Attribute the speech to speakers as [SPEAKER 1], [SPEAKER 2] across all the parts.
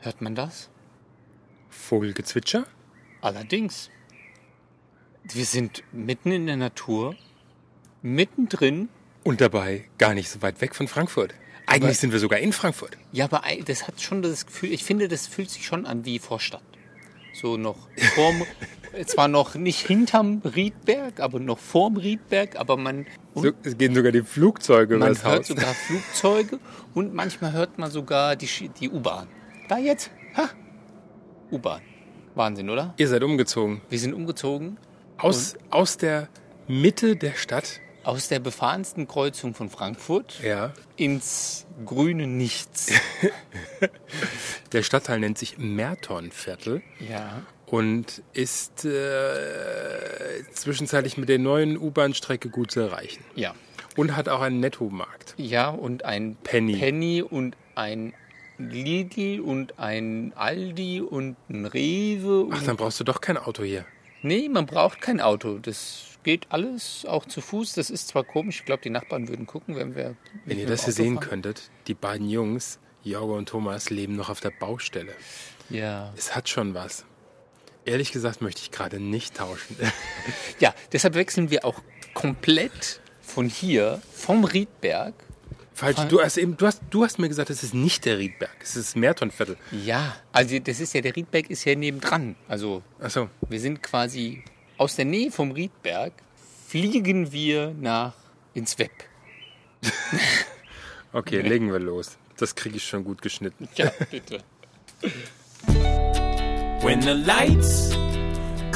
[SPEAKER 1] Hört man das?
[SPEAKER 2] Vogelgezwitscher?
[SPEAKER 1] Allerdings. Wir sind mitten in der Natur, mittendrin.
[SPEAKER 2] Und dabei gar nicht so weit weg von Frankfurt. Eigentlich sind wir sogar in Frankfurt.
[SPEAKER 1] Ja, aber ei- das hat schon das Gefühl, ich finde, das fühlt sich schon an wie Vorstadt. So noch vorm, zwar noch nicht hinterm Riedberg, aber noch vorm Riedberg, aber man, und
[SPEAKER 2] So, es gehen sogar die Flugzeuge über
[SPEAKER 1] man
[SPEAKER 2] das
[SPEAKER 1] hört
[SPEAKER 2] Haus.
[SPEAKER 1] sogar Flugzeuge und manchmal hört man sogar die, Schi- die U-Bahn. Da jetzt, ha, U-Bahn. Wahnsinn, oder?
[SPEAKER 2] Ihr seid umgezogen.
[SPEAKER 1] Wir sind umgezogen
[SPEAKER 2] Aus, aus der Mitte der Stadt.
[SPEAKER 1] aus der befahrensten Kreuzung von Frankfurt
[SPEAKER 2] Ja.
[SPEAKER 1] ins grüne Nichts.
[SPEAKER 2] Der Stadtteil nennt sich Mertonviertel
[SPEAKER 1] ja.
[SPEAKER 2] und ist äh, zwischenzeitlich mit der neuen U-Bahn-Strecke gut zu erreichen.
[SPEAKER 1] Ja.
[SPEAKER 2] Und hat auch einen Nettomarkt.
[SPEAKER 1] Ja, und ein
[SPEAKER 2] Penny.
[SPEAKER 1] Penny und ein Lidl und ein Aldi und ein Rewe. Und
[SPEAKER 2] Ach, dann brauchst du doch kein Auto hier.
[SPEAKER 1] nee, man braucht kein Auto. Das geht alles auch zu Fuß. Das ist zwar komisch. Ich glaube, die Nachbarn würden gucken, wenn wir.
[SPEAKER 2] Wenn ihr das hier sehen könntet, die beiden Jungs, Jorge und Thomas, leben noch auf der Baustelle.
[SPEAKER 1] könnt. Ja.
[SPEAKER 2] Es hat schon was. Ehrlich gesagt möchte ich gerade nicht tauschen.
[SPEAKER 1] Ja, deshalb wechseln wir auch komplett von hier, vom Riedberg.
[SPEAKER 2] Falsch, du hast, eben, du, hast, du hast mir gesagt, es ist nicht der Riedberg, es ist das Mertonviertel.
[SPEAKER 1] Ja, also das ist ja, der Riedberg ist ja nebendran. Also
[SPEAKER 2] Achso,
[SPEAKER 1] Wir sind quasi aus der Nähe vom Riedberg, fliegen wir nach ins Web.
[SPEAKER 2] okay, legen wir los. Das kriege ich schon gut geschnitten.
[SPEAKER 1] Ja, bitte.
[SPEAKER 3] When the lights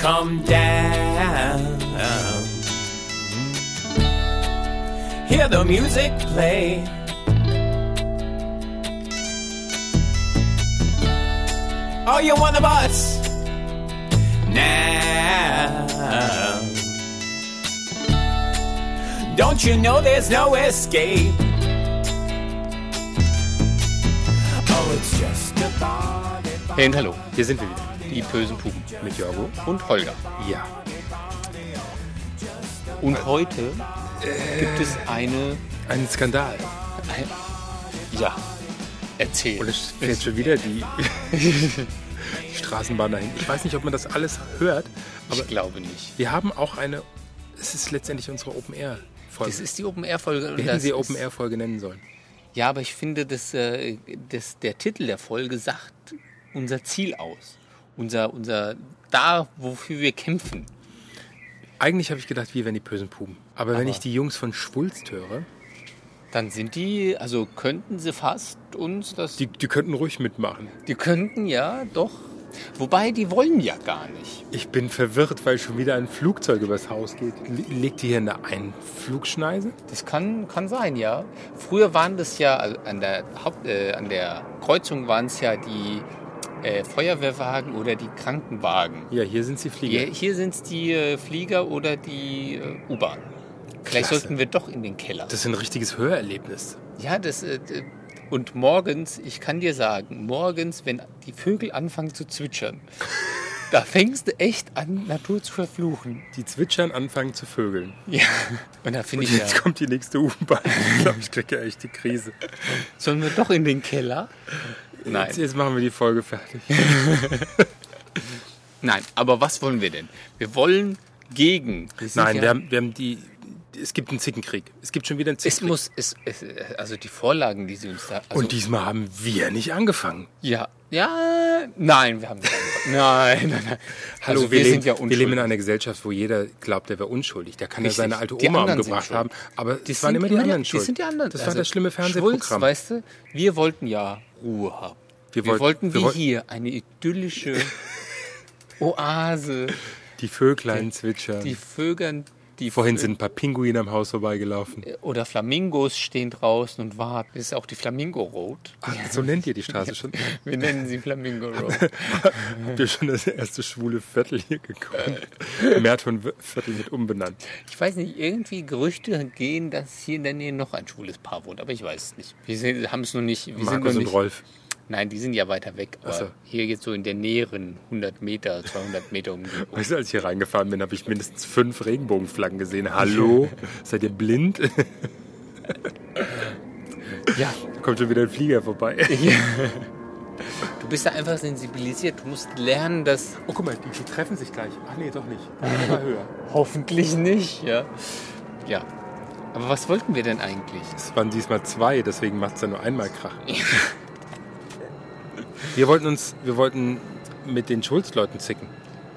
[SPEAKER 3] come down, hear the music play. Oh, you're one of us now. Don't you know there's no escape? Oh, it's just a body.
[SPEAKER 1] Hey und hallo,
[SPEAKER 2] Hier sind wir wieder
[SPEAKER 1] die bösen Puben
[SPEAKER 2] mit Jorgo.
[SPEAKER 1] und Holger.
[SPEAKER 2] Ja,
[SPEAKER 1] Und heute gibt es eine.
[SPEAKER 2] ein Skandal.
[SPEAKER 1] Ja, erzähl.
[SPEAKER 2] Und es fährt schon wieder die, die Straßenbahn dahin. Ich weiß nicht, ob man das alles hört, aber
[SPEAKER 1] ich glaube nicht.
[SPEAKER 2] wir haben auch eine. Es ist letztendlich unsere Open Air Folge.
[SPEAKER 1] Das ist die Open Air Folge. und
[SPEAKER 2] wir hätten
[SPEAKER 1] das
[SPEAKER 2] sie
[SPEAKER 1] ist-
[SPEAKER 2] Open Air Folge nennen sollen.
[SPEAKER 1] Ja, aber ich finde, dass, äh, dass der Titel der Folge sagt unser Ziel aus. Unser, unser, da, wofür wir kämpfen.
[SPEAKER 2] Eigentlich habe ich gedacht, wir wären die bösen Puben. Aber, wenn ich die Jungs von Schwulst höre,
[SPEAKER 1] Dann sind die, also könnten sie fast uns das
[SPEAKER 2] die, die könnten ruhig mitmachen.
[SPEAKER 1] Die könnten ja doch. Wobei, die wollen ja gar nicht.
[SPEAKER 2] Ich bin verwirrt, weil schon wieder ein Flugzeug übers Haus geht. L- Legt die hier eine Einflugschneise?
[SPEAKER 1] Das kann, kann sein, ja. Früher waren das ja, also an der, Haupt, äh, an der Kreuzung waren es ja die äh, Feuerwehrwagen oder die Krankenwagen.
[SPEAKER 2] Ja, hier sind sie Flieger.
[SPEAKER 1] Hier, hier sind es die äh, Flieger oder die äh, U-Bahn. Vielleicht
[SPEAKER 2] Klasse.
[SPEAKER 1] sollten wir doch in den Keller.
[SPEAKER 2] Das ist ein richtiges Hörerlebnis.
[SPEAKER 1] ja, das. Äh, d- und morgens, ich kann dir sagen, morgens, wenn die Vögel anfangen zu zwitschern, da fängst du echt an, Natur zu verfluchen.
[SPEAKER 2] Die zwitschern, anfangen zu vögeln.
[SPEAKER 1] Ja, und da finde ich ja,
[SPEAKER 2] Jetzt kommt die nächste U-Bahn. Ich glaube, ich kriege ja echt die Krise.
[SPEAKER 1] sollen wir doch in den Keller?
[SPEAKER 2] Jetzt,
[SPEAKER 1] Nein,
[SPEAKER 2] jetzt machen wir die Folge fertig.
[SPEAKER 1] nein, aber was wollen wir denn? Wir wollen gegen.
[SPEAKER 2] Nein,
[SPEAKER 1] ja,
[SPEAKER 2] wir haben, wir haben die. Es gibt einen Zickenkrieg. Es gibt schon wieder einen
[SPEAKER 1] es
[SPEAKER 2] Zickenkrieg.
[SPEAKER 1] muss, es, es, also die Vorlagen, die sie uns da. Also,
[SPEAKER 2] Und diesmal haben wir nicht angefangen.
[SPEAKER 1] ja, ja, nein, wir haben nicht angefangen. nein, nein, nein.
[SPEAKER 2] Hallo,
[SPEAKER 1] also,
[SPEAKER 2] wir, leben,
[SPEAKER 1] sind ja
[SPEAKER 2] wir leben in
[SPEAKER 1] unschuldig.
[SPEAKER 2] einer Gesellschaft, wo jeder glaubt, er wäre unschuldig. Der kann
[SPEAKER 1] Richtig.
[SPEAKER 2] ja seine alte
[SPEAKER 1] Die
[SPEAKER 2] Oma
[SPEAKER 1] anderen
[SPEAKER 2] umgebracht
[SPEAKER 1] sind schuld.
[SPEAKER 2] haben. Aber das
[SPEAKER 1] sind
[SPEAKER 2] waren immer die anderen
[SPEAKER 1] die-
[SPEAKER 2] schuld.
[SPEAKER 1] Die sind die anderen.
[SPEAKER 2] Das war
[SPEAKER 1] Also,
[SPEAKER 2] das schlimme
[SPEAKER 1] Schwulz,
[SPEAKER 2] Fernsehprogramm.
[SPEAKER 1] weißt du, wir wollten ja Ruhe haben. Wir,
[SPEAKER 2] Wir
[SPEAKER 1] wollten
[SPEAKER 2] wollten-
[SPEAKER 1] wie
[SPEAKER 2] wir wollten-
[SPEAKER 1] hier eine idyllische Oase.
[SPEAKER 2] die Vöglein zwitschern.
[SPEAKER 1] Die Vögel, die
[SPEAKER 2] Vorhin sind ein paar Pinguine am Haus vorbeigelaufen.
[SPEAKER 1] oder Flamingos stehen draußen und warten. Das ist auch die Flamingo Road.
[SPEAKER 2] Ach, so nennt ihr die Straße schon.
[SPEAKER 1] Wir nennen sie Flamingo Road.
[SPEAKER 2] Habt ihr schon das erste schwule Viertel hier gegründet? Merton-Viertel wird umbenannt.
[SPEAKER 1] Ich weiß nicht, irgendwie Gerüchte gehen, dass hier in der Nähe noch ein schwules Paar wohnt, aber ich weiß es nicht. Wir sind- haben es noch nicht. Wir sind noch
[SPEAKER 2] Markus und
[SPEAKER 1] nicht,
[SPEAKER 2] Rolf.
[SPEAKER 1] Nein, die sind ja weiter weg. Aber
[SPEAKER 2] so.
[SPEAKER 1] hier jetzt so in der näheren 100 Meter, 200 Meter Umgebung.
[SPEAKER 2] Weißt du, als ich hier reingefahren bin, habe ich mindestens fünf Regenbogenflaggen gesehen. Hallo? Seid ihr blind?
[SPEAKER 1] Ja,
[SPEAKER 2] Kommt schon wieder ein Flieger vorbei.
[SPEAKER 1] du bist da einfach sensibilisiert. Du musst lernen, dass
[SPEAKER 2] Oh, guck mal, die, die treffen sich gleich. Ach nee, doch nicht. Dann Mal höher.
[SPEAKER 1] hoffentlich nicht. Ja. ja. Aber was wollten wir denn eigentlich?
[SPEAKER 2] Es waren diesmal zwei, deswegen macht es ja nur einmal Krach. wir wollten uns, wir wollten mit den Schulz-Leuten zicken.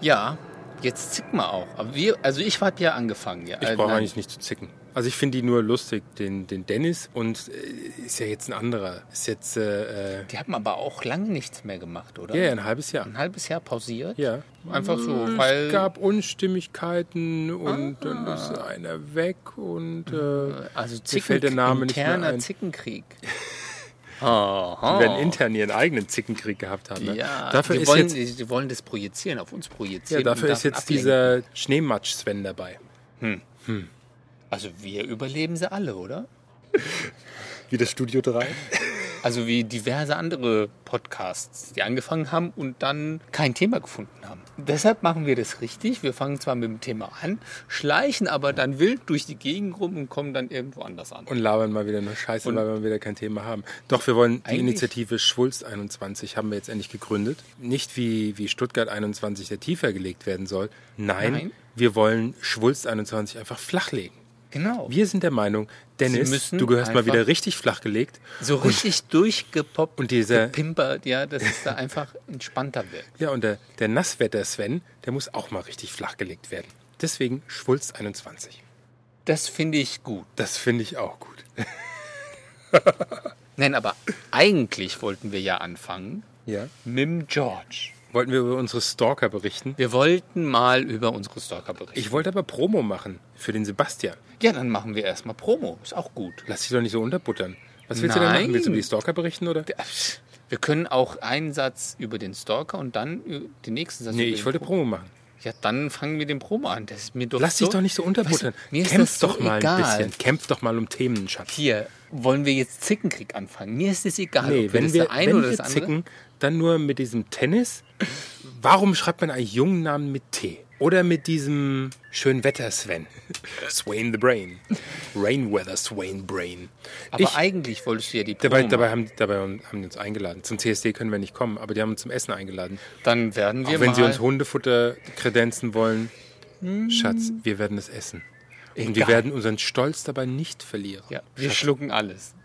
[SPEAKER 1] Ja, jetzt zick mal auch. Aber wir, also ich habe ja angefangen. Ja.
[SPEAKER 2] Ich
[SPEAKER 1] Äh,
[SPEAKER 2] brauche
[SPEAKER 1] nein.
[SPEAKER 2] eigentlich nicht zu zicken. Also ich finde die nur lustig, den, den Dennis und äh, ist ja jetzt ein anderer. Ist jetzt, äh, äh,
[SPEAKER 1] Die haben aber auch lange nichts mehr gemacht, oder?
[SPEAKER 2] ja, ja, ein halbes Jahr.
[SPEAKER 1] Ein halbes Jahr pausiert.
[SPEAKER 2] Ja.
[SPEAKER 1] Einfach so,
[SPEAKER 2] Es
[SPEAKER 1] weil
[SPEAKER 2] gab Unstimmigkeiten und dann ist einer weg und äh,
[SPEAKER 1] also
[SPEAKER 2] Mir fällt der
[SPEAKER 1] Zicken,
[SPEAKER 2] Name nicht mehr
[SPEAKER 1] interner
[SPEAKER 2] ein.
[SPEAKER 1] Zickenkrieg. Aha.
[SPEAKER 2] die werden intern ihren eigenen Zickenkrieg gehabt haben. Ne?
[SPEAKER 1] oh. Ja,
[SPEAKER 2] dafür
[SPEAKER 1] die,
[SPEAKER 2] ist
[SPEAKER 1] wollen,
[SPEAKER 2] jetzt,
[SPEAKER 1] die wollen das projizieren, auf uns projizieren.
[SPEAKER 2] ja, dafür
[SPEAKER 1] und
[SPEAKER 2] ist
[SPEAKER 1] davon
[SPEAKER 2] jetzt
[SPEAKER 1] ablenken.
[SPEAKER 2] dieser Schneematsch-Sven dabei.
[SPEAKER 1] Also wir überleben sie alle, oder?
[SPEAKER 2] Wie das Studio 3?
[SPEAKER 1] Also wie diverse andere Podcasts, die angefangen haben und dann kein Thema gefunden haben. Deshalb machen wir das richtig. Wir fangen zwar mit dem Thema an, schleichen aber dann wild durch die Gegend rum und kommen dann irgendwo anders an.
[SPEAKER 2] Und labern mal wieder nur Scheiße, weil wir wieder kein Thema haben. Doch, wir wollen die
[SPEAKER 1] Eigentlich-
[SPEAKER 2] Initiative Schwulst 21 haben wir jetzt endlich gegründet. Nicht wie, wie Stuttgart 21 der tiefer gelegt werden soll. Nein,
[SPEAKER 1] Nein.
[SPEAKER 2] wir wollen Schwulst 21 einfach flachlegen.
[SPEAKER 1] genau.
[SPEAKER 2] Wir sind der Meinung,
[SPEAKER 1] Sie
[SPEAKER 2] Dennis,
[SPEAKER 1] müssen
[SPEAKER 2] du gehörst mal
[SPEAKER 1] einfach-
[SPEAKER 2] wieder richtig flachgelegt.
[SPEAKER 1] so richtig durchgepoppt
[SPEAKER 2] Und dieser-
[SPEAKER 1] gepimpert, ja, dass es da einfach entspannter wird.
[SPEAKER 2] Ja, und der, der Nasswetter Sven, der muss auch mal richtig flachgelegt werden. Deswegen Schwulst 21.
[SPEAKER 1] Das finde ich gut.
[SPEAKER 2] Das finde ich auch gut.
[SPEAKER 1] Nein, aber eigentlich wollten wir ja anfangen
[SPEAKER 2] Ja.
[SPEAKER 1] mit dem George.
[SPEAKER 2] Wollten wir über unsere Stalker berichten?
[SPEAKER 1] Wir wollten mal über unsere Stalker berichten.
[SPEAKER 2] Ich wollte aber Promo machen für den Sebastian.
[SPEAKER 1] ja, dann machen wir erstmal Promo. Ist auch gut.
[SPEAKER 2] Lass dich doch nicht so unterbuttern. Was willst du denn
[SPEAKER 1] Nein.
[SPEAKER 2] machen? Willst du über die Stalker berichten oder?
[SPEAKER 1] Wir können auch einen Satz über den Stalker und dann ü- den nächsten Satz.
[SPEAKER 2] Nee,
[SPEAKER 1] über
[SPEAKER 2] ich
[SPEAKER 1] den
[SPEAKER 2] wollte
[SPEAKER 1] Pro-
[SPEAKER 2] Promo machen.
[SPEAKER 1] Ja, dann fangen wir den Promo an. Das ist mir doch
[SPEAKER 2] Lass
[SPEAKER 1] so,
[SPEAKER 2] dich doch nicht so unterbuttern.
[SPEAKER 1] Weißt du, mir ist
[SPEAKER 2] Kämpf
[SPEAKER 1] das so
[SPEAKER 2] doch mal
[SPEAKER 1] egal.
[SPEAKER 2] ein bisschen. Kämpf doch mal um Themen, Schatz.
[SPEAKER 1] Hier, wollen wir jetzt Zickenkrieg anfangen? Mir ist es egal,
[SPEAKER 2] Nee,
[SPEAKER 1] ob wir
[SPEAKER 2] wenn
[SPEAKER 1] das
[SPEAKER 2] wir,
[SPEAKER 1] der eine
[SPEAKER 2] wenn
[SPEAKER 1] oder
[SPEAKER 2] wir
[SPEAKER 1] das andere.
[SPEAKER 2] zicken, dann nur mit diesem Tennis. Warum schreibt man einen jungen Namen mit T? Oder mit diesem Schönwetter-Sven. Swain the Brain. Rainweather Swain Brain.
[SPEAKER 1] Aber
[SPEAKER 2] ich,
[SPEAKER 1] eigentlich wolltest du ja die Promo
[SPEAKER 2] dabei,
[SPEAKER 1] machen.
[SPEAKER 2] dabei, haben, dabei haben die uns eingeladen. Zum CSD können wir nicht kommen, aber die haben uns zum Essen eingeladen.
[SPEAKER 1] Dann werden wir
[SPEAKER 2] Auch
[SPEAKER 1] mal
[SPEAKER 2] wenn
[SPEAKER 1] Hm.
[SPEAKER 2] sie uns Hundefutter kredenzen wollen, Schatz, wir werden es essen. Und wir
[SPEAKER 1] Egal.
[SPEAKER 2] werden unseren Stolz dabei nicht verlieren.
[SPEAKER 1] ja, wir schlucken alles.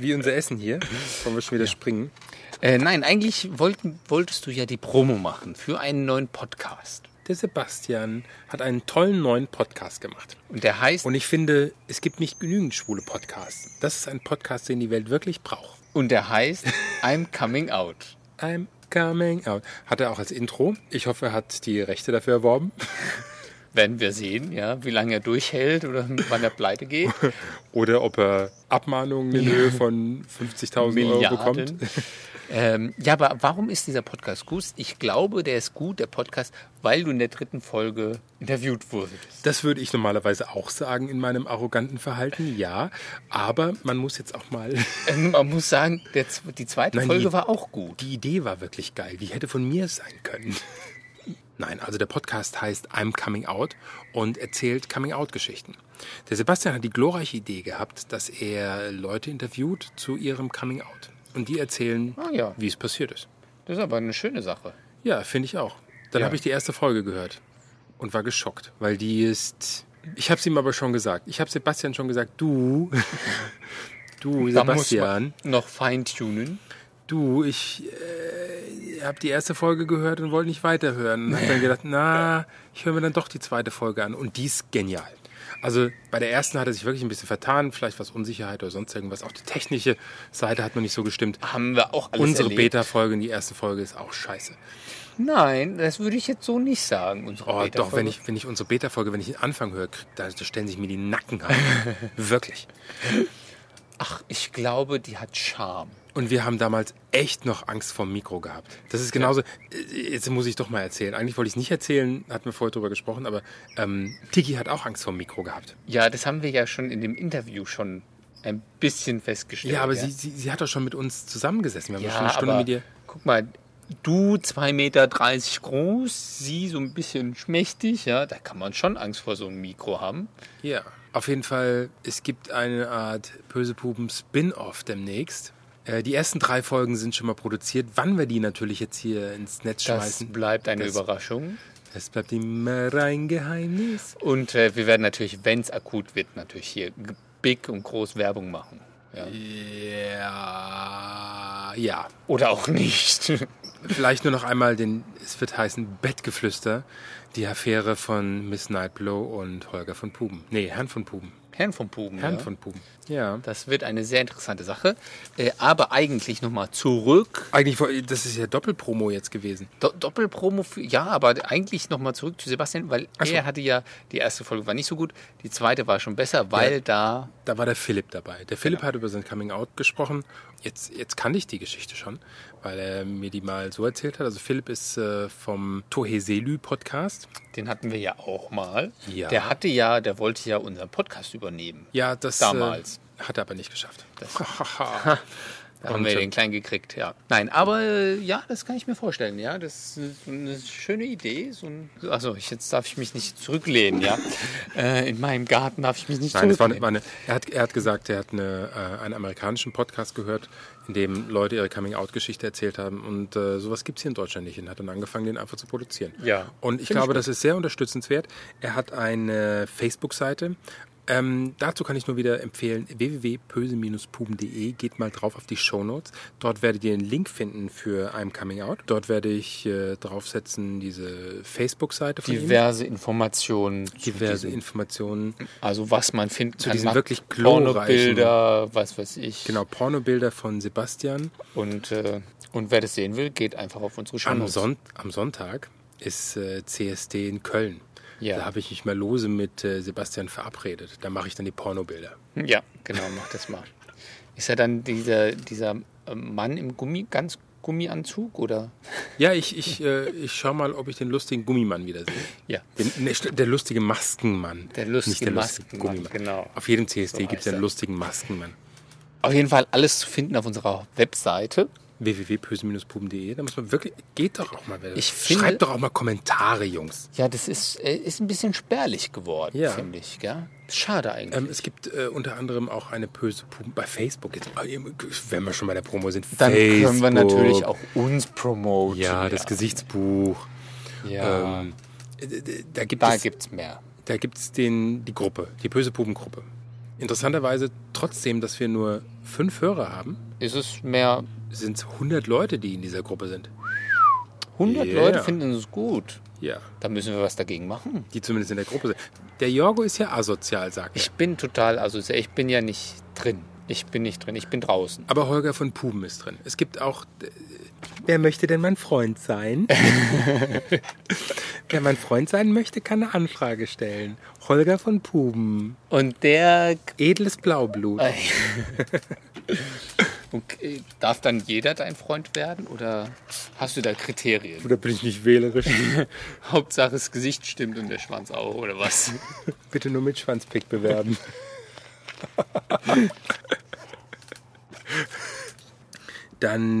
[SPEAKER 2] Wie unser Essen hier. Wollen wir schon wieder springen?
[SPEAKER 1] Äh, nein, eigentlich wollten, wolltest du ja die Promo machen für einen neuen Podcast.
[SPEAKER 2] Der Sebastian hat einen tollen neuen Podcast gemacht.
[SPEAKER 1] Und der heißt,
[SPEAKER 2] Und ich finde, es gibt nicht genügend schwule Podcasts. Das ist ein Podcast, den die Welt wirklich braucht.
[SPEAKER 1] und der heißt I'm Coming Out.
[SPEAKER 2] I'm coming out. Hat er auch als Intro. Ich hoffe, er hat die Rechte dafür erworben.
[SPEAKER 1] Werden wir sehen, ja, wie lange er durchhält oder wann er pleite geht.
[SPEAKER 2] Oder ob er Abmahnungen in Höhe von 50.000 Euro bekommt.
[SPEAKER 1] Milliarden. ähm, ja, aber warum ist dieser Podcast gut? Ich glaube, der ist gut, der Podcast, weil du in der dritten Folge interviewt wurdest.
[SPEAKER 2] Das würde ich normalerweise auch sagen in meinem arroganten Verhalten, ja. Aber man muss jetzt auch mal.
[SPEAKER 1] Ähm, man muss sagen, der, z- die zweite
[SPEAKER 2] Nein,
[SPEAKER 1] Folge
[SPEAKER 2] die-
[SPEAKER 1] war auch gut.
[SPEAKER 2] Die Idee war wirklich geil. Die hätte von mir sein können. Nein, also der Podcast heißt I'm Coming Out und erzählt Coming-out-Geschichten. Der Sebastian hat die glorreiche Idee gehabt, dass er Leute interviewt zu ihrem Coming-out. Und die erzählen,
[SPEAKER 1] Ah, ja.
[SPEAKER 2] wie es passiert ist.
[SPEAKER 1] Das ist aber eine schöne Sache.
[SPEAKER 2] Ja, finde ich auch. Dann
[SPEAKER 1] Ja.
[SPEAKER 2] habe ich die erste Folge gehört und war geschockt, weil die ist. Ich habe es ihm aber schon gesagt. Ich habe Sebastian schon gesagt, du, du
[SPEAKER 1] Da muss
[SPEAKER 2] Sebastian,
[SPEAKER 1] man noch feintunen.
[SPEAKER 2] du, ich äh, habe die erste Folge gehört und wollte nicht weiterhören. Und habe dann gedacht, na, ich höre mir dann doch die zweite Folge an. Und die ist genial. Also bei der ersten hat er sich wirklich ein bisschen vertan, vielleicht was Unsicherheit oder sonst irgendwas. Auch die technische Seite hat noch nicht so gestimmt.
[SPEAKER 1] Haben wir auch alles
[SPEAKER 2] Unsere
[SPEAKER 1] erlebt.
[SPEAKER 2] Beta-Folge in die erste Folge ist auch scheiße.
[SPEAKER 1] Nein, das würde ich jetzt so nicht sagen. Unsere
[SPEAKER 2] Oh, doch,
[SPEAKER 1] Beta-Folge.
[SPEAKER 2] wenn ich, wenn ich unsere Beta-Folge, wenn ich den Anfang höre, krieg, da, da stellen sich mir die Nackenhaare. Wirklich.
[SPEAKER 1] Ach, ich glaube, die hat Charme.
[SPEAKER 2] Und wir haben damals echt noch Angst vorm Mikro gehabt. Das ist genauso, äh, jetzt muss ich doch mal erzählen. Eigentlich wollte ich es nicht erzählen, hatten wir vorher drüber gesprochen, aber ähm, Tiki hat auch Angst vorm Mikro gehabt.
[SPEAKER 1] Ja, das haben wir ja schon in dem Interview schon ein bisschen festgestellt.
[SPEAKER 2] Ja, aber Sie, sie, sie hat doch schon mit uns zusammengesessen. Wir haben
[SPEAKER 1] ja,
[SPEAKER 2] doch schon eine Stunde
[SPEAKER 1] aber
[SPEAKER 2] mit ihr.
[SPEAKER 1] Guck mal, du 2,30 Meter groß, sie so ein bisschen schmächtig, ja, da kann man schon Angst vor so einem Mikro haben.
[SPEAKER 2] Ja. Auf jeden Fall, es gibt eine Art Böse Puben Spin-Off demnächst. Äh, die ersten drei Folgen sind schon mal produziert. Wann wir die natürlich jetzt hier ins Netz
[SPEAKER 1] Das
[SPEAKER 2] schmeißen,
[SPEAKER 1] bleibt eine
[SPEAKER 2] das-
[SPEAKER 1] Überraschung.
[SPEAKER 2] das bleibt immer ein Geheimnis.
[SPEAKER 1] Und äh, wir werden natürlich, wenn es akut wird, natürlich hier g- big und groß Werbung machen. Ja.
[SPEAKER 2] Ja, ja.
[SPEAKER 1] Oder auch nicht.
[SPEAKER 2] Vielleicht nur noch einmal den, es wird heißen Bettgeflüster, die Affäre von Miss Nightblow und Holger von Puben. Nee, Herrn von Puben.
[SPEAKER 1] Herrn von Puben.
[SPEAKER 2] Herrn
[SPEAKER 1] ja.
[SPEAKER 2] von Puben. Ja.
[SPEAKER 1] Das wird eine sehr interessante Sache. Äh, aber eigentlich nochmal zurück.
[SPEAKER 2] Eigentlich, woll- das ist ja Doppelpromo jetzt gewesen.
[SPEAKER 1] Do Doppelpromo für, ja, aber eigentlich nochmal zurück zu Sebastian, weil er hatte ja, die erste Folge war nicht so gut, die zweite war schon besser, weil da
[SPEAKER 2] Da war der Philipp dabei. Der
[SPEAKER 1] Genau.
[SPEAKER 2] Philipp hat über sein Coming Out gesprochen. Jetzt, jetzt kannte ich die Geschichte schon, weil er mir die mal so erzählt hat. Also Philipp ist äh, vom Toheselü Podcast.
[SPEAKER 1] Den hatten wir ja auch mal.
[SPEAKER 2] Ja.
[SPEAKER 1] Der hatte ja, der wollte ja unseren Podcast übernehmen.
[SPEAKER 2] Ja, das
[SPEAKER 1] Damals.
[SPEAKER 2] Äh, hat er aber nicht geschafft.
[SPEAKER 1] Das- Da
[SPEAKER 2] Und,
[SPEAKER 1] haben wir
[SPEAKER 2] äh,
[SPEAKER 1] den klein gekriegt, ja. Nein, aber äh, ja, das kann ich mir vorstellen, ja. Das ist eine schöne Idee. So ein, also ich, jetzt darf ich mich nicht zurücklehnen, ja. äh, in meinem Garten darf ich mich nicht
[SPEAKER 2] Nein, es war,
[SPEAKER 1] zurücklehnen.
[SPEAKER 2] eine- war eine, er, hat, er hat gesagt, er hat eine, äh, einen amerikanischen Podcast gehört, in dem Leute ihre Coming-out-Geschichte erzählt haben. Und äh, sowas gibt's hier in Deutschland nicht. Und hat dann angefangen, den einfach zu produzieren.
[SPEAKER 1] Ja,
[SPEAKER 2] Und ich
[SPEAKER 1] find ich
[SPEAKER 2] glaube, das ist sehr unterstützenswert. Er hat eine Facebook-Seite. Ähm, dazu kann ich nur wieder empfehlen, www.pöse-puben.de, geht mal drauf auf die Shownotes. Dort werdet ihr einen Link finden für I'm Coming Out. Dort werde ich äh, draufsetzen, diese Facebook-Seite von ihm.
[SPEAKER 1] diverse Informationen. zu
[SPEAKER 2] Diverse
[SPEAKER 1] diesem-
[SPEAKER 2] Informationen.
[SPEAKER 1] Also was man finden zu kann.
[SPEAKER 2] diesen
[SPEAKER 1] man-
[SPEAKER 2] wirklich glorreichen-
[SPEAKER 1] Pornobilder, was weiß ich.
[SPEAKER 2] Genau, Pornobilder von Sebastian.
[SPEAKER 1] Und, äh, und wer das sehen will, geht einfach auf unsere
[SPEAKER 2] Am,
[SPEAKER 1] Shownotes.
[SPEAKER 2] Son am Sonntag ist äh, CSD in Köln.
[SPEAKER 1] Ja.
[SPEAKER 2] Da habe ich mich mal lose mit äh, Sebastian verabredet. Da mache ich dann die Pornobilder.
[SPEAKER 1] Ja, genau, mach das mal. Ist er dann dieser, dieser ähm, Mann im Gummi, ganz Gummianzug oder?
[SPEAKER 2] Ja, ich, ich, äh, ich schaue mal, ob ich den lustigen Gummimann wieder sehe.
[SPEAKER 1] Ja.
[SPEAKER 2] Den, ne, st- der lustige Maskenmann.
[SPEAKER 1] Der lustige
[SPEAKER 2] Nicht der lustige
[SPEAKER 1] Maskenmann,
[SPEAKER 2] Gummimann.
[SPEAKER 1] genau.
[SPEAKER 2] Auf jedem CSD
[SPEAKER 1] So
[SPEAKER 2] gibt es
[SPEAKER 1] heißt er.
[SPEAKER 2] einen lustigen Maskenmann.
[SPEAKER 1] Auf jeden Fall alles zu finden auf unserer Webseite.
[SPEAKER 2] www.pöse-puben.de. E. Da muss man wirklich. Geht doch auch mal. wieder.
[SPEAKER 1] Ich finde-
[SPEAKER 2] Schreibt doch auch mal Kommentare, Jungs.
[SPEAKER 1] Ja, das ist, äh, ist ein bisschen spärlich geworden,
[SPEAKER 2] Ja.
[SPEAKER 1] finde ich. Gell? Schade eigentlich.
[SPEAKER 2] Ähm, es gibt äh, unter anderem auch eine böse Puben bei Facebook. Jetzt, äh, wenn wir schon bei der Promo sind,
[SPEAKER 1] Dann
[SPEAKER 2] Facebook.
[SPEAKER 1] können wir natürlich auch uns promoten.
[SPEAKER 2] Ja, das Gesichtsbuch.
[SPEAKER 1] Ja.
[SPEAKER 2] Ähm, äh, d- d- da gibt
[SPEAKER 1] da
[SPEAKER 2] es
[SPEAKER 1] gibt es mehr.
[SPEAKER 2] da gibt's den, die Gruppe, die böse Pubengruppe. Interessanterweise, trotzdem, dass wir nur fünf Hörer haben,
[SPEAKER 1] Ist es mehr?
[SPEAKER 2] sind es 100 Leute, die in dieser Gruppe sind.
[SPEAKER 1] 100
[SPEAKER 2] Ja.
[SPEAKER 1] Leute finden es gut.
[SPEAKER 2] Ja.
[SPEAKER 1] Da müssen wir was dagegen machen.
[SPEAKER 2] Die zumindest in der Gruppe sind. Der Jorgo ist ja asozial, sagt er.
[SPEAKER 1] Ich bin total, also ich bin ja nicht drin. Ich bin nicht drin, ich bin draußen.
[SPEAKER 2] Aber Holger von Puben ist drin. Es gibt auch. äh, Wer möchte denn mein Freund sein? Wer mein Freund sein möchte, kann eine Anfrage stellen. Holger von Puben.
[SPEAKER 1] Und der
[SPEAKER 2] Edles Blaublut.
[SPEAKER 1] Okay, darf dann jeder dein Freund werden oder hast du da Kriterien?
[SPEAKER 2] Oder bin ich nicht wählerisch?
[SPEAKER 1] Hauptsache das Gesicht stimmt und der Schwanz auch oder was?
[SPEAKER 2] Bitte nur mit Schwanzpick bewerben. Dann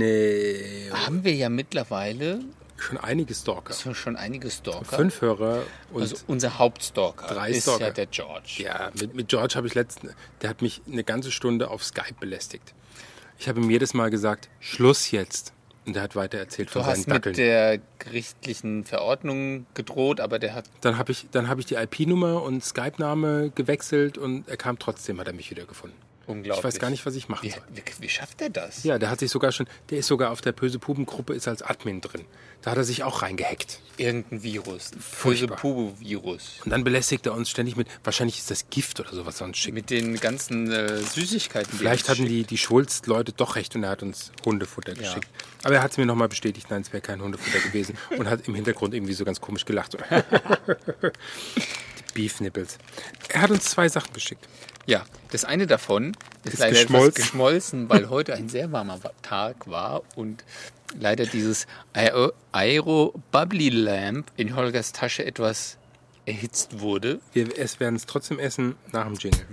[SPEAKER 2] äh,
[SPEAKER 1] Haben wir ja mittlerweile
[SPEAKER 2] schon einige Stalker.
[SPEAKER 1] so schon einige Stalker.
[SPEAKER 2] Fünf Hörer und
[SPEAKER 1] Also unser Hauptstalker
[SPEAKER 2] Drei
[SPEAKER 1] ist
[SPEAKER 2] Stalker.
[SPEAKER 1] ja der George.
[SPEAKER 2] Ja, mit, mit George habe ich letzten, der hat mich eine ganze Stunde auf Skype belästigt. Ich habe ihm jedes Mal gesagt, Schluss jetzt. Und er hat weiter erzählt von
[SPEAKER 1] Du hast
[SPEAKER 2] seinen
[SPEAKER 1] mit
[SPEAKER 2] Dackeln.
[SPEAKER 1] der gerichtlichen Verordnung gedroht, aber der hat
[SPEAKER 2] Dann habe ich, dann habe ich die IP-Nummer und Skype-Name gewechselt und er kam trotzdem, hat er mich wieder gefunden.
[SPEAKER 1] unglaublich.
[SPEAKER 2] Ich weiß gar nicht, was ich machen
[SPEAKER 1] Wie,
[SPEAKER 2] soll.
[SPEAKER 1] wie, wie schafft er das?
[SPEAKER 2] Ja, der hat sich sogar schon, der ist sogar auf der Böse Puben-Gruppe, ist als Admin drin. Da hat er sich auch reingehackt.
[SPEAKER 1] Irgendein Virus. Böse
[SPEAKER 2] Furchtbar.
[SPEAKER 1] Pubu-Virus.
[SPEAKER 2] Und dann belästigt er uns ständig mit, wahrscheinlich ist das Gift oder sowas sonst schick.
[SPEAKER 1] Mit den ganzen äh, Süßigkeiten. die
[SPEAKER 2] Vielleicht
[SPEAKER 1] er uns
[SPEAKER 2] hatten die, die Schulz-Leute doch recht und er hat uns Hundefutter geschickt. Aber er hat es mir nochmal bestätigt, nein, es wäre kein Hundefutter gewesen und hat im Hintergrund irgendwie so ganz komisch gelacht. So. die Beef Nipples. Er hat uns zwei Sachen geschickt.
[SPEAKER 1] Ja, das eine davon ist,
[SPEAKER 2] Ist
[SPEAKER 1] leider geschmolzen.
[SPEAKER 2] geschmolzen.
[SPEAKER 1] etwas geschmolzen, weil heute ein sehr warmer Tag war und leider dieses Aero, Aero Bubbly Lamp in Holgers Tasche etwas erhitzt wurde.
[SPEAKER 2] Wir es werden es trotzdem essen nach dem Jingle.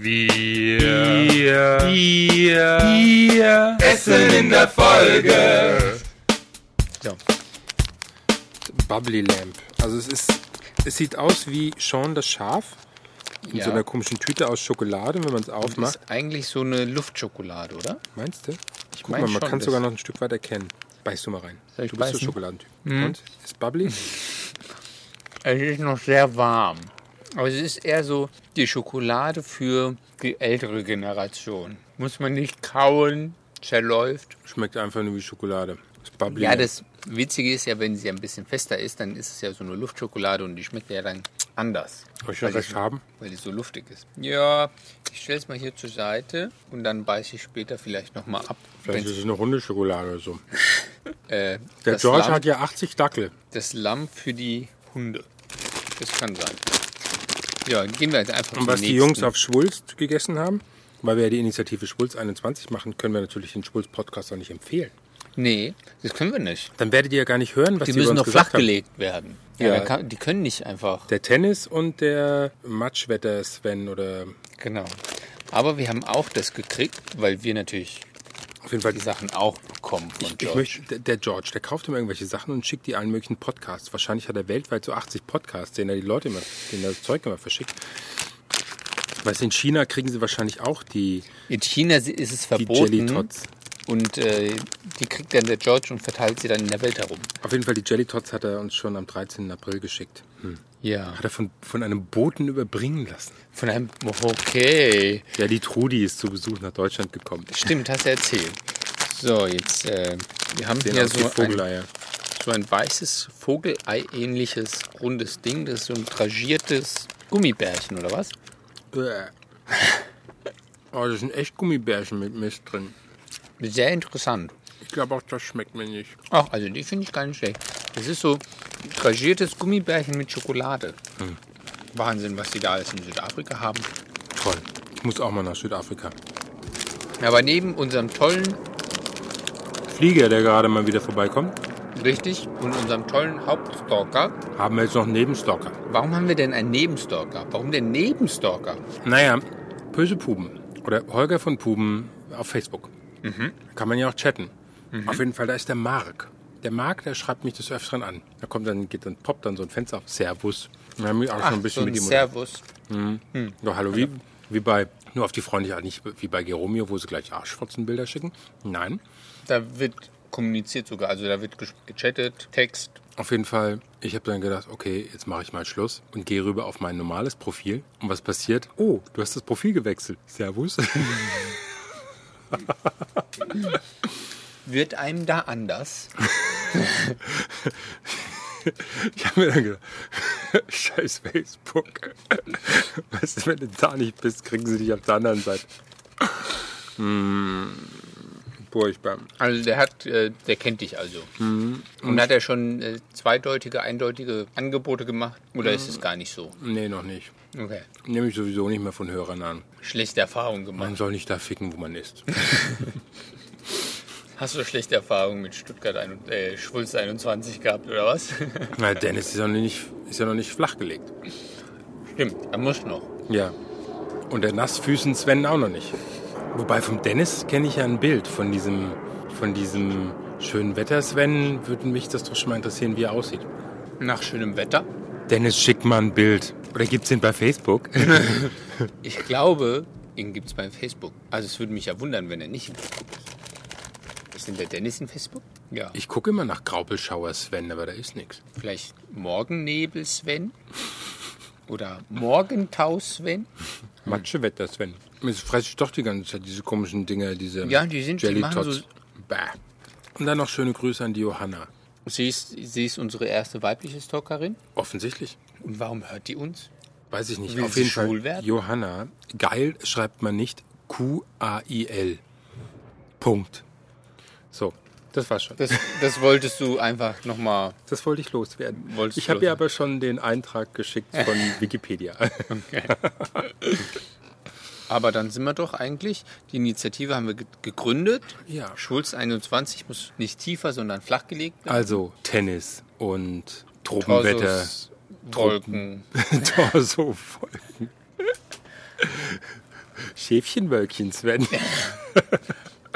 [SPEAKER 1] So.
[SPEAKER 2] Bubbly Lamp. Also es ist, es sieht aus wie Sean das Schaf in
[SPEAKER 1] Ja.
[SPEAKER 2] so einer komischen Tüte aus Schokolade, wenn man es aufmacht.
[SPEAKER 1] Ist eigentlich so eine Luftschokolade, oder?
[SPEAKER 2] Meinst du? Ich Ich
[SPEAKER 1] mein
[SPEAKER 2] guck mal, man
[SPEAKER 1] schon,
[SPEAKER 2] kann
[SPEAKER 1] das-
[SPEAKER 2] sogar noch ein Stück weit erkennen. Beißt du mal rein.
[SPEAKER 1] Soll ich
[SPEAKER 2] du bist der
[SPEAKER 1] beißen? Mhm.
[SPEAKER 2] Schokoladentyp. Und? Ist bubbly?
[SPEAKER 1] Es ist noch sehr warm. Aber es ist eher so die Schokolade für die ältere Generation. Muss man nicht kauen, zerläuft.
[SPEAKER 2] Schmeckt einfach nur wie Schokolade. Ist bubbly.
[SPEAKER 1] Ja, das Witzige ist ja, wenn sie ein bisschen fester ist, dann ist es ja so eine Luftschokolade und die schmeckt ja dann anders.
[SPEAKER 2] Soll ich schon
[SPEAKER 1] Weil die
[SPEAKER 2] recht
[SPEAKER 1] so-
[SPEAKER 2] haben?
[SPEAKER 1] Weil die so luftig ist. Ja, ich stelle es mal hier zur Seite und dann beiße ich später vielleicht nochmal ab.
[SPEAKER 2] Vielleicht
[SPEAKER 1] wenn's-
[SPEAKER 2] ist es eine runde Schokolade oder so.
[SPEAKER 1] äh,
[SPEAKER 2] Der
[SPEAKER 1] das
[SPEAKER 2] George
[SPEAKER 1] Lamm-
[SPEAKER 2] hat ja 80 Dackel.
[SPEAKER 1] Das Lamm für die Hunde. Das kann sein. Ja, gehen wir jetzt einfach
[SPEAKER 2] Und
[SPEAKER 1] zum
[SPEAKER 2] was die
[SPEAKER 1] nächsten.
[SPEAKER 2] Jungs auf Schwulz gegessen haben, weil wir ja die Initiative Schwulz 21 machen, können wir natürlich den Schwulz-Podcast auch nicht empfehlen.
[SPEAKER 1] Nee, das können wir nicht.
[SPEAKER 2] Dann werdet ihr ja gar nicht hören, was die,
[SPEAKER 1] Die müssen
[SPEAKER 2] über
[SPEAKER 1] noch
[SPEAKER 2] uns gesagt haben.
[SPEAKER 1] flachgelegt werden. Ja,
[SPEAKER 2] Ja.
[SPEAKER 1] da Kann, die können nicht einfach.
[SPEAKER 2] Der Tennis und der Matschwetter Sven oder
[SPEAKER 1] Genau. Aber wir haben auch das gekriegt, weil wir natürlich
[SPEAKER 2] auf jeden Fall
[SPEAKER 1] die Sachen auch bekommen von
[SPEAKER 2] Ich
[SPEAKER 1] George.
[SPEAKER 2] möchte, der- der George, der kauft immer irgendwelche Sachen und schickt die allen möglichen Podcasts. Wahrscheinlich hat er weltweit so 80 Podcasts, denen er die Leute immer, denen er das Zeug immer verschickt. Weißt du, in China kriegen sie wahrscheinlich auch die,
[SPEAKER 1] In China si- ist es
[SPEAKER 2] die
[SPEAKER 1] verboten.
[SPEAKER 2] Jelly Tots.
[SPEAKER 1] Und äh, die kriegt dann der George und verteilt sie dann in der Welt herum.
[SPEAKER 2] Auf jeden Fall, die Jelly Tots hat er uns schon am 13. April geschickt. Hm.
[SPEAKER 1] Ja.
[SPEAKER 2] Hat er von, von einem Boten überbringen lassen.
[SPEAKER 1] Von einem. Okay.
[SPEAKER 2] Ja, die Trudi ist zu Besuch nach Deutschland gekommen.
[SPEAKER 1] Stimmt, hast du erzählt. So, jetzt. Äh, wir haben
[SPEAKER 2] Den
[SPEAKER 1] hier
[SPEAKER 2] aus die
[SPEAKER 1] so ein,
[SPEAKER 2] Vogeleier.
[SPEAKER 1] so ein weißes, Vogelei-ähnliches, rundes Ding. Das ist so ein dragiertes Gummibärchen, oder was?
[SPEAKER 2] Bäh. Oh, das sind echt Gummibärchen mit Mist drin.
[SPEAKER 1] Sehr interessant.
[SPEAKER 2] Ich glaube auch, das schmeckt mir nicht.
[SPEAKER 1] Ach, also die finde ich gar nicht schlecht. Das ist so dragiertes Gummibärchen mit Schokolade.
[SPEAKER 2] Hm.
[SPEAKER 1] Wahnsinn, was die da alles in Südafrika haben.
[SPEAKER 2] Toll. Ich muss auch mal nach Südafrika.
[SPEAKER 1] Aber neben unserem tollen,
[SPEAKER 2] Flieger, der gerade mal wieder vorbeikommt,
[SPEAKER 1] richtig, und unserem tollen Hauptstalker,
[SPEAKER 2] haben wir jetzt noch einen Nebenstalker.
[SPEAKER 1] warum haben wir denn einen Nebenstalker? Warum den Nebenstalker?
[SPEAKER 2] Naja, Böse Puben oder Holger von Puben auf Facebook. Da kann man ja auch chatten. Auf jeden Fall, da ist der Mark. Der Mark, der schreibt mich des Öfteren an. Da kommt dann, geht dann, poppt dann so ein Fenster auf. Servus. Wir haben auch schon ein bisschen
[SPEAKER 1] so
[SPEAKER 2] mit ihm
[SPEAKER 1] Servus.
[SPEAKER 2] Ja, hallo, wie, wie bei, nur auf die Freundlichkeit, nicht wie bei Geromeo, wo sie gleich Arschfotzenbilder schicken. Nein,
[SPEAKER 1] Da wird kommuniziert sogar, also da wird gesch- gechattet, Text.
[SPEAKER 2] Auf jeden Fall, ich habe dann gedacht, okay, jetzt mache ich mal Schluss und gehe rüber auf mein normales Profil. Und was passiert? Oh, du hast das Profil gewechselt. Servus.
[SPEAKER 1] Wird einem da anders?
[SPEAKER 2] Ich habe mir dann gedacht, scheiß Facebook. Weißt du, wenn du da nicht bist, kriegen sie dich auf der anderen Seite. Hm, furchtbar.
[SPEAKER 1] Also der hat, äh, der kennt dich also. Und hat er schon äh, zweideutige, eindeutige Angebote gemacht? Oder ist es gar nicht so?
[SPEAKER 2] Nee, noch nicht.
[SPEAKER 1] Okay.
[SPEAKER 2] Nehme ich sowieso nicht mehr von Hörern an.
[SPEAKER 1] Schlechte Erfahrungen gemacht.
[SPEAKER 2] Man soll nicht da ficken, wo man ist.
[SPEAKER 1] Hast du schlechte Erfahrungen mit Stuttgart ein, äh, Schwulz 21 gehabt oder was?
[SPEAKER 2] Na, Dennis ist ja noch nicht, ist ja noch nicht flachgelegt.
[SPEAKER 1] Stimmt, er muss noch.
[SPEAKER 2] Ja. Und der Nassfüßen Sven auch noch nicht. Wobei vom Dennis kenne ich ja ein Bild von diesem, von diesem schönen Wetter Sven. Würde mich das doch schon mal interessieren, wie er aussieht.
[SPEAKER 1] Nach schönem Wetter.
[SPEAKER 2] Dennis, schick mal ein Bild. Oder gibt's den bei Facebook?
[SPEAKER 1] Ich glaube, ihn gibt es bei Facebook. Also es würde mich ja wundern, wenn er nicht in Facebook ist. Ist denn der Dennis in Facebook? Ja.
[SPEAKER 2] Ich gucke immer nach Graupelschauer Sven, aber da ist nichts.
[SPEAKER 1] Vielleicht Morgennebel Sven? Oder Morgentau Sven?
[SPEAKER 2] Matschewetter Sven. Jetzt fresse ich doch die ganze Zeit diese komischen Dinger, diese
[SPEAKER 1] Ja, die sind- die
[SPEAKER 2] Jelly
[SPEAKER 1] machen
[SPEAKER 2] Tots.
[SPEAKER 1] so-
[SPEAKER 2] Bäh. Und dann noch schöne Grüße an die Johanna.
[SPEAKER 1] Sie ist, sie ist unsere erste weibliche Stalkerin.
[SPEAKER 2] Offensichtlich.
[SPEAKER 1] Und warum hört die uns?
[SPEAKER 2] Weiß ich nicht.
[SPEAKER 1] Will
[SPEAKER 2] Auf
[SPEAKER 1] sie
[SPEAKER 2] jeden Fall.
[SPEAKER 1] schwul werden?
[SPEAKER 2] Johanna. Geil schreibt man nicht. Q-A-I-L. Punkt. So, das war's schon. Das,
[SPEAKER 1] Das, das wolltest du einfach nochmal.
[SPEAKER 2] wollte ich loswerden.
[SPEAKER 1] Wolltest
[SPEAKER 2] ich
[SPEAKER 1] du
[SPEAKER 2] habe ihr
[SPEAKER 1] loswerden.
[SPEAKER 2] aber schon den Eintrag geschickt von Wikipedia.
[SPEAKER 1] Aber dann sind wir doch eigentlich. Die Initiative haben wir ge gegründet.
[SPEAKER 2] Ja.
[SPEAKER 1] Schulz 21 muss nicht tiefer, sondern flachgelegt werden.
[SPEAKER 2] Also Tennis und Tropenwetter.
[SPEAKER 1] Torsos, Wolken.
[SPEAKER 2] Torso folgen. Schäfchenwölkchen, Sven.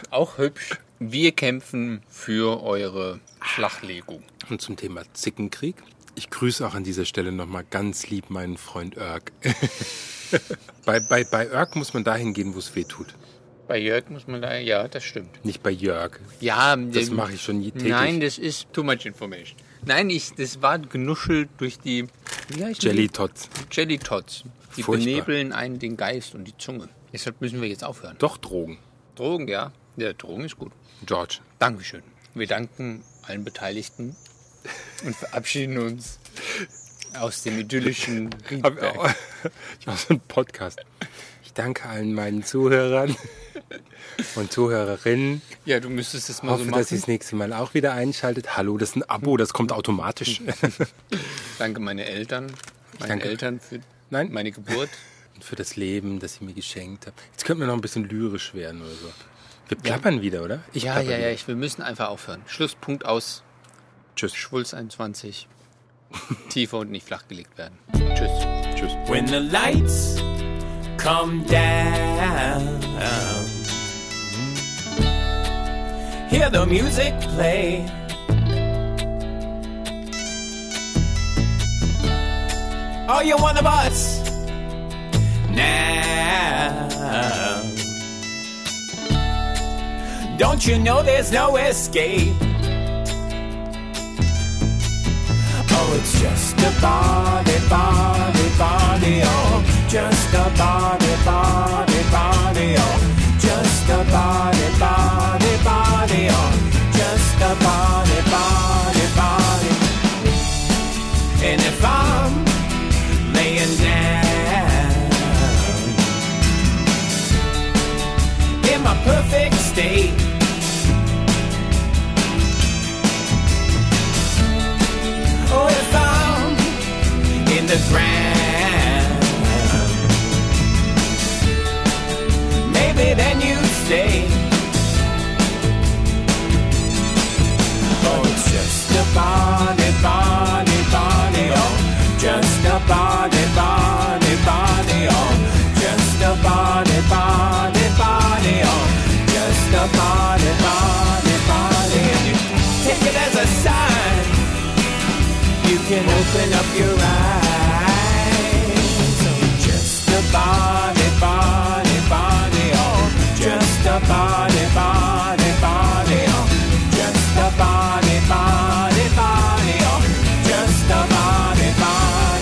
[SPEAKER 1] Auch hübsch. Wir kämpfen für eure Flachlegung.
[SPEAKER 2] Und zum Thema Zickenkrieg. Ich grüße auch an dieser Stelle nochmal ganz lieb meinen Freund Örg. bei, bei, bei Örg muss man dahin gehen, wo es weh tut.
[SPEAKER 1] Bei Jörg muss man da, ja, das stimmt.
[SPEAKER 2] Nicht bei Jörg.
[SPEAKER 1] Ja,
[SPEAKER 2] Das mache ich schon je- täglich.
[SPEAKER 1] Nein, das ist too much information. Nein, ich, das war genuschelt durch die wie heißen die?
[SPEAKER 2] Jelly Tots.
[SPEAKER 1] Jelly Tots. Die
[SPEAKER 2] Furchtbar.
[SPEAKER 1] benebeln einen den Geist und die Zunge. Deshalb müssen wir jetzt aufhören.
[SPEAKER 2] Doch Drogen.
[SPEAKER 1] Drogen, ja. Ja, Drogen ist gut.
[SPEAKER 2] George.
[SPEAKER 1] Dankeschön. Wir danken allen Beteiligten und verabschieden uns aus dem idyllischen
[SPEAKER 2] Hab,
[SPEAKER 1] Riedberg.
[SPEAKER 2] ich mache so einen Podcast. Ich danke allen meinen Zuhörern und Zuhörerinnen.
[SPEAKER 1] Ja, du müsstest das
[SPEAKER 2] Ich
[SPEAKER 1] mal
[SPEAKER 2] hoffe,
[SPEAKER 1] so
[SPEAKER 2] dass ihr
[SPEAKER 1] machen.
[SPEAKER 2] das nächste Mal auch wieder einschaltet. Hallo, das ist ein Abo, das kommt automatisch.
[SPEAKER 1] Danke meine Eltern. Meine
[SPEAKER 2] danke-
[SPEAKER 1] Eltern für
[SPEAKER 2] Nein.
[SPEAKER 1] meine Geburt.
[SPEAKER 2] Und für das Leben, das ihr mir geschenkt habt. Jetzt könnten wir noch ein bisschen lyrisch werden oder so. Wir plappern wieder, oder? Ich
[SPEAKER 1] Ja,
[SPEAKER 2] plapper
[SPEAKER 1] ja, ja,
[SPEAKER 2] wieder.
[SPEAKER 1] ich, wir müssen einfach aufhören. Schlusspunkt aus.
[SPEAKER 2] Tschüss.
[SPEAKER 1] Schwulz 21. Tiefer und nicht flachgelegt werden. Tschüss.
[SPEAKER 2] Tschüss.
[SPEAKER 3] When the lights come down, hear the music play. Oh, you're one of us now. Don't you know there's no escape? Oh, it's just a body, body, body, oh. Just a body, body, body, oh. Just a body, body, body, oh. Just a body, body, body. And if I'm laying down in my perfect state. or if I'm in the ground. Maybe then you'd stay. Oh, it's just a body, body, body, oh. Just a body, body, body, oh. Just a body, body, body, oh. Just a body, body, body. And you take it as a sign you can open up your eyes. So just a body, body, body, oh. Just a body, body, body, oh. Just a body, body, body, oh. Just a body, body, body.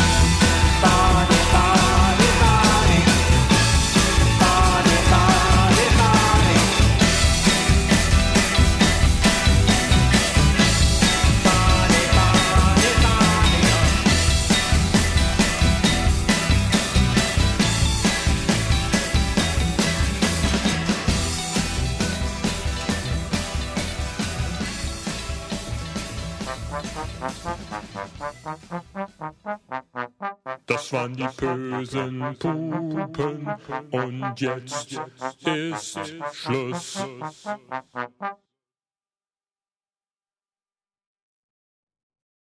[SPEAKER 3] Body, body, body. Body, body, body. Body, body, body.
[SPEAKER 4] Das waren die bösen Pupen und jetzt ist Schluss.